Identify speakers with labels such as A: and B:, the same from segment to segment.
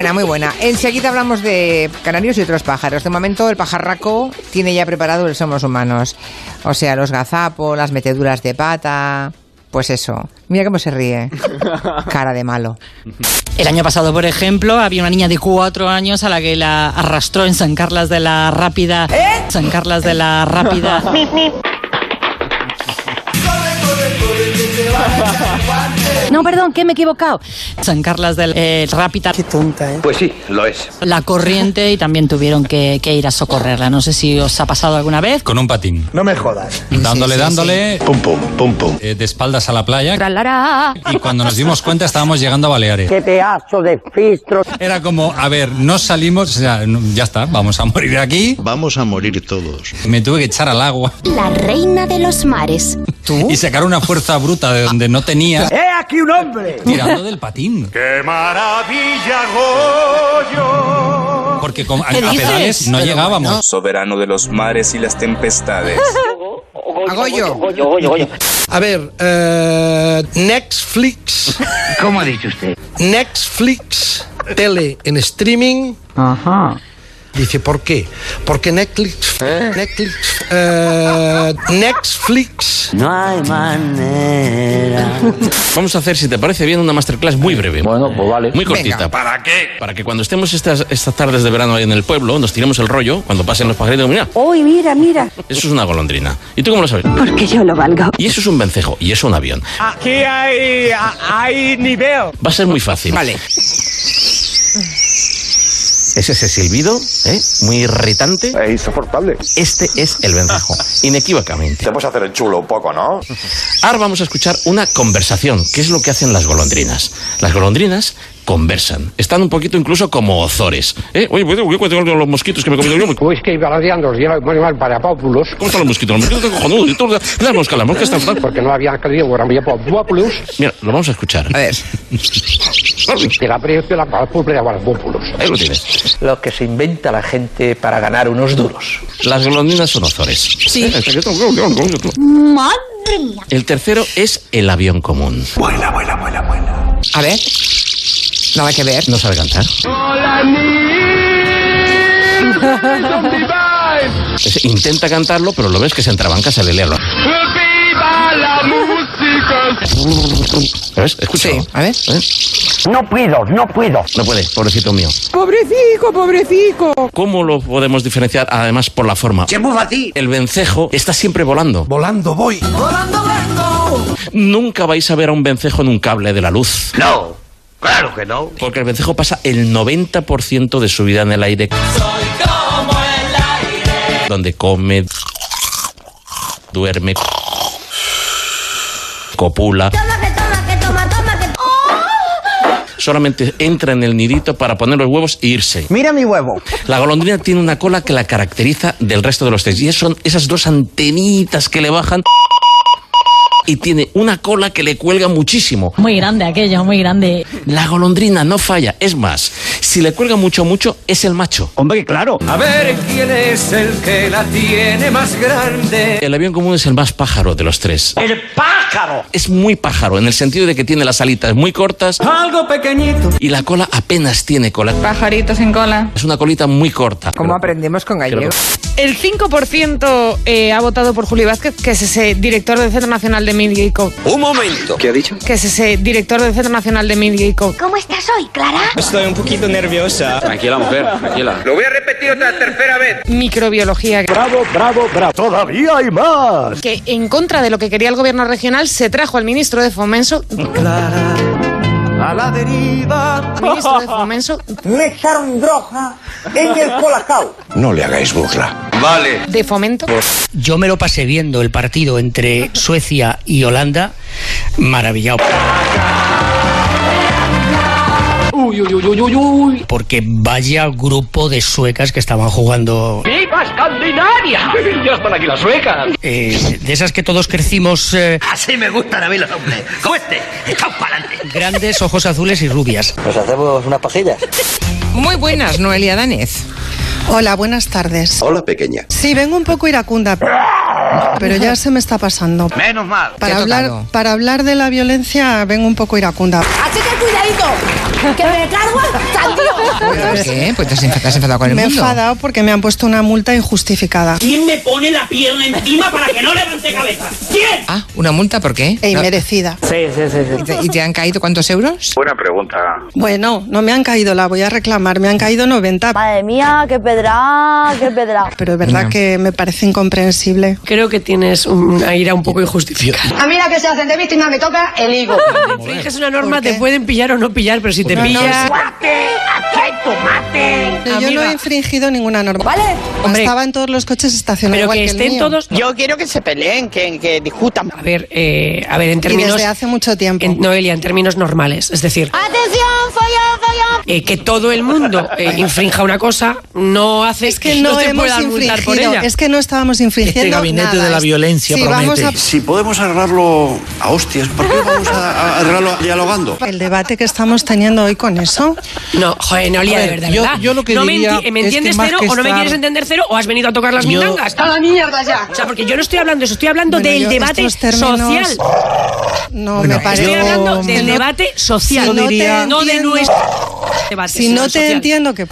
A: Buena, muy buena. Enseguida hablamos de canarios y otros pájaros. De momento, el pajarraco tiene ya preparado el somos humanos. O sea, los gazapos, las meteduras de pata. Pues eso. Mira cómo se ríe. Cara de malo.
B: El año pasado, por ejemplo, había una niña de cuatro años a la que la arrastró en San Carlas de la Rápida. San Carlas de la Rápida. No, perdón, que me he equivocado. San Carlas de la eh, Rápida,
C: Pues sí, lo es.
B: la corriente, y también tuvieron que, que ir a socorrerla. No sé si os ha pasado alguna vez.
D: con un patín.
E: No me jodas.
D: Dándole,
A: sí, sí.
D: dándole,
E: Pum, pum, pum, pum.
D: eh, de espaldas a la playa.
B: Tralará.
D: Y cuando nos dimos cuenta estábamos llegando a Baleares.
F: ¡Qué pedazo de filtro!
D: Era como, a ver, no salimos, o sea, no- ya está, vamos a morir aquí.
G: Vamos a morir todos.
D: Me tuve que echar al agua
H: La reina de los mares.
D: y sacar una fuerza bruta de donde no tenía,
F: ¿Eh?
E: ¡He ¡Eh, aquí un hombre!
D: tirando del patín.
C: ¡Qué maravilla, Goyo!
D: Porque con, a, a
B: ¿Qué dices?
D: pedales no
B: Pero
D: llegábamos.
I: soberano de los mares y las tempestades.
A: Agoyo.
F: Goyo, goyo, goyo.
J: A ver, eh, Netflix. ¿Cómo ha dicho usted? Netflix, tele en streaming. Ajá. Dice, ¿por qué? Porque Netflix. Netflix. eh, Netflix.
F: No hay manera.
K: Vamos a hacer, si te parece bien, una masterclass muy breve. Bueno, pues vale. Muy cortita.
A: Venga.
C: ¿Para qué?
K: Para que cuando estemos estas, estas tardes de verano ahí en el pueblo, nos tiremos el rollo, cuando pasen los pajaritos, mira,
H: Uy, mira, mira.
K: eso es una golondrina. ¿Y tú cómo lo sabes?
H: Porque yo lo valgo.
K: Y eso es un vencejo, y eso un avión.
E: Aquí hay, hay nivel.
K: Va a ser muy fácil.
A: Vale.
K: Es ese silbido, ¿eh? Muy irritante.
C: Es insoportable.
K: Este es el vencejo, inequívocamente.
C: Te puedes hacer el chulo un poco, ¿no?
K: Ahora vamos a escuchar una conversación, que es lo que hacen las golondrinas. Las golondrinas conversan. Están un poquito incluso como ozores. ¿Eh? Oye, voy a cuidar con los mosquitos que me he comido yo.
F: Uy, es que iba ladeando los lleva muy mal para pópulos.
K: ¿Cómo están los mosquitos? Los mosquitos están cojonudos. y todo. Las moscas, las moscas están...
F: Porque no había caído, ahora había pópulos.
K: Mira, lo vamos a escuchar.
A: A ver.
F: Que la precio la pópula de pópulos.
K: Ahí lo tienes.
E: Lo que se inventa la gente para ganar unos duros.
K: Las golondrinas son ozores. Sí.
H: Madre mía.
K: El tercero es el avión común.
C: Vuela, vuela, vuela, vuela.
A: A ver. Nada que ver.
K: No sabe cantar. Es- Intenta cantarlo, pero lo ves que se entrabanca, se le lea.
C: ¡Viva la música!
K: ¿Lo ves?
A: Sí,
K: Escúchalo.
A: a ver.
K: ¿Eh?
F: No puedo, no puedo.
K: No puede, pobrecito mío.
A: Pobrecico, pobrecico.
K: ¿Cómo lo podemos diferenciar? Además, por la forma. El vencejo está siempre volando.
E: Volando voy.
K: Nunca vais a ver a un vencejo en un cable de la luz.
C: No, claro que no.
K: Porque el vencejo pasa el 90% de su vida en el aire. Donde come, duerme, copula.
H: Toma, que toma, que toma, toma, que
K: Solamente entra en el nidito para poner los huevos e irse.
E: Mira mi huevo.
K: La golondrina tiene una cola que la caracteriza del resto de los tres. Y son esas dos antenitas que le bajan. Y tiene una cola que le cuelga muchísimo.
B: Muy grande aquello, muy grande.
K: La golondrina no falla. Es más, si le cuelga mucho, mucho, es el macho.
E: Hombre, claro.
C: A ver quién es el que la tiene más grande.
K: El avión común es el más pájaro de los tres.
E: ¡El pájaro!
K: Es muy pájaro en el sentido de que tiene las alitas muy cortas
C: Algo pequeñito.
K: y la cola apenas tiene cola.
B: Pajaritos en cola.
K: Es una colita muy corta.
A: ¿Cómo
K: Pero-
A: aprendemos con
K: creo
A: gallego?
B: El 5% ha votado por Julio Vázquez, que es ese director del Centro Nacional de Médico.
C: Un momento. ¿Qué ha dicho?
B: Que es ese director del Centro Nacional de Médico.
H: Oh, ¿Cómo estás hoy, Clara?
K: Tranquila, mujer, tranquila.
C: Lo voy a repetir otra tercera vez.
B: Microbiología.
E: Bravo, bravo, bravo. Todavía hay más.
B: que en contra de lo que quería el gobierno regional se trajo al ministro de Fomenso,
C: A la deriva.
B: ministro de Fomenso
F: Me echaron droga en el colacao.
C: No le hagáis burla. Vale.
B: de Fomento.
J: Yo me lo pasé viendo el partido entre Suecia y Holanda. Maravillado.
K: Uy, uy, uy, uy, uy, uy.
J: Porque vaya grupo de suecas que estaban jugando.
C: ¡Viva Escandinavia! Ya están aquí las suecas.
J: eh, de esas que todos crecimos eh,
E: Así me gustan a mí los hombres. Como este. Echaos pa'lante.
J: grandes, ojos azules y rubias.
F: Nos hacemos unas pajillas.
A: Muy buenas, Noelia Danez.
B: Hola, buenas tardes.
G: Hola, pequeña.
B: Sí, vengo un poco iracunda, pero ya se me está pasando.
C: Menos mal.
A: Para hablar-
B: para hablar de la violencia, vengo un poco iracunda.
H: Así que cuidadito. que me cargo al candío.
A: ¿Pero ¿Por qué? Pues te has enfa- te has enfadado con el
G: Me he
A: mundo.
G: enfadado porque me han puesto una multa injustificada
K: ¿Quién me pone la pierna encima para que no levante cabeza? ¿Quién?
A: Ah, ¿una multa por qué?
G: e
A: No.
G: inmerecida.
A: ¿Y te, y te han caído cuántos euros?
F: Buena pregunta.
G: Bueno, no me han caído, la voy a reclamar, me han caído 90.
H: Madre mía, qué pedra, qué pedra.
G: Pero es verdad
A: No.
G: que me parece incomprensible.
B: Creo que tienes una ira un poco injustificada.
H: A mí la que se hacen de víctima me toca el higo.
B: Infringes una norma,
G: ¿Por qué?
B: te pueden pillar o no pillar, pero si te
G: No, no,
B: pillan...
G: Yo no
B: Amiga.
G: he infringido ninguna norma.
H: ¿Vale?
B: Hombre.
G: Estaba en todos los coches estacionados.
B: Pero
G: igual
B: que
G: el
B: estén
G: mío.
B: todos...
K: Yo quiero que se peleen, que, que discutan.
B: A ver, eh, a ver, en
G: Y
B: términos...
G: desde hace mucho tiempo.
B: en- Noelia, en términos normales, es decir,
H: ¡Atención, follón, follón!
B: eh, que todo el mundo eh, infrinja una cosa no hace
G: Es que no,
B: te
G: hemos
B: puedan multar por
G: infringido,
B: ella.
G: es que no estábamos infringiendo
D: Este gabinete
G: nada. ¿eh?
D: de la violencia
G: Sí,
D: promete.
G: vamos
F: Si podemos arreglarlo a hostias, ¿por qué no vamos a, a arreglarlo dialogando?
G: a- el debate que estamos teniendo hoy con eso.
B: No, joder, no olía
D: A
B: de
D: ver,
B: verdad.
D: yo-
B: ¿verdad?
D: yo lo que
B: no me,
D: diría
B: enti- ¿me
D: es que
B: entiendes
D: más
B: cero
D: que
B: o no me
D: estar-
B: quieres entender cero o has venido a tocar las
D: Yo-
B: mindangas?
H: ¡A la mierda ya!
B: O sea, porque yo no estoy hablando, eso estoy hablando
G: Bueno,
B: del
G: yo
B: debate
G: estos términos-
B: social.
G: No,
A: Bueno,
G: me parece.
B: Estoy hablando
G: que
B: del
G: no-
B: debate social,
G: si no te
B: no de
G: entiendo-
B: nuestro debate.
G: Si
B: sino
G: no
B: el
G: te
B: social.
G: entiendo, que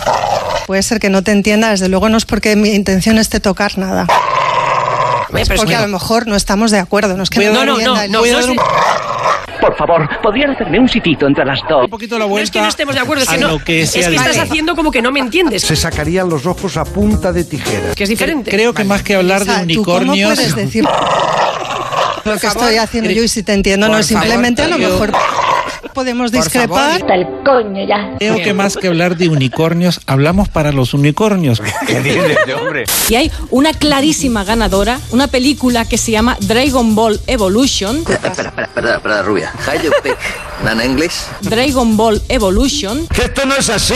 G: puede ser que no te entienda, desde luego no es porque mi intención esté tocar nada.
B: Eh, pero es
G: porque
B: que-
G: a lo mejor no estamos de acuerdo. No, es que
B: No, no,
G: entienda
B: no,
G: el-
B: no, no, es-
K: Por favor, ¿podrían hacerme un sitito entre las dos?
D: Un poquito
B: no
D: la
B: es
D: vuelta
B: que no estemos de acuerdo, es
D: a
B: que no.
D: lo que
B: es que
D: sea el
B: estás
D: tema.
B: haciendo como que no me entiendes,
F: Se sacarían los ojos a punta de tijera.
B: que es diferente.
D: Creo que más que hablar de
G: Elisa, ¿tú cómo
D: unicornios.
G: puedes decir lo que estoy haciendo yo y si te entiendo?
A: Por
G: No, simplemente a
A: favor,
G: lo
A: yo-
G: mejor podemos
A: Por
G: discrepar.
A: favor.
D: Creo que más que hablar de unicornios, hablamos para los unicornios.
L: Y hay una clarísima ganadora, una película que se llama Dragon Ball Evolution.
K: Espera, espera, espera, espera, espera, rubia. How you speak? Nana English?
L: Dragon Ball Evolution.
F: ¡Que esto no es así!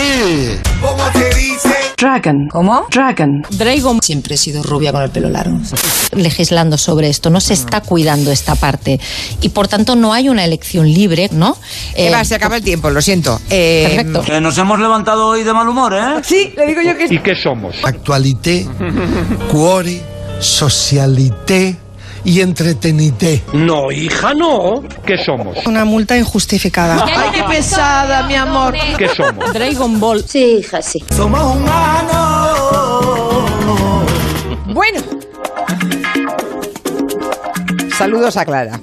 B: Dragon. ¿Cómo? Dragon.
L: Dragon
M: Siempre he sido rubia con el pelo largo. Legislando sobre esto, no se está cuidando esta parte y por tanto no hay una elección libre, ¿no? Eh,
A: Eva, se acaba el tiempo, lo siento. Eh,
M: Perfecto.
K: Que nos hemos levantado hoy de mal humor, ¿eh?
A: Sí, le digo yo que sí.
F: ¿Y qué somos?
D: Actualité, cuore, socialité y entretenité.
N: No, hija, no.
F: ¿Qué somos?
G: Una multa injustificada.
M: Ay, qué pesada, mi amor.
F: ¿Qué somos?
L: Dragon Ball.
M: Sí, hija, sí.
A: Bueno. Saludos a Clara.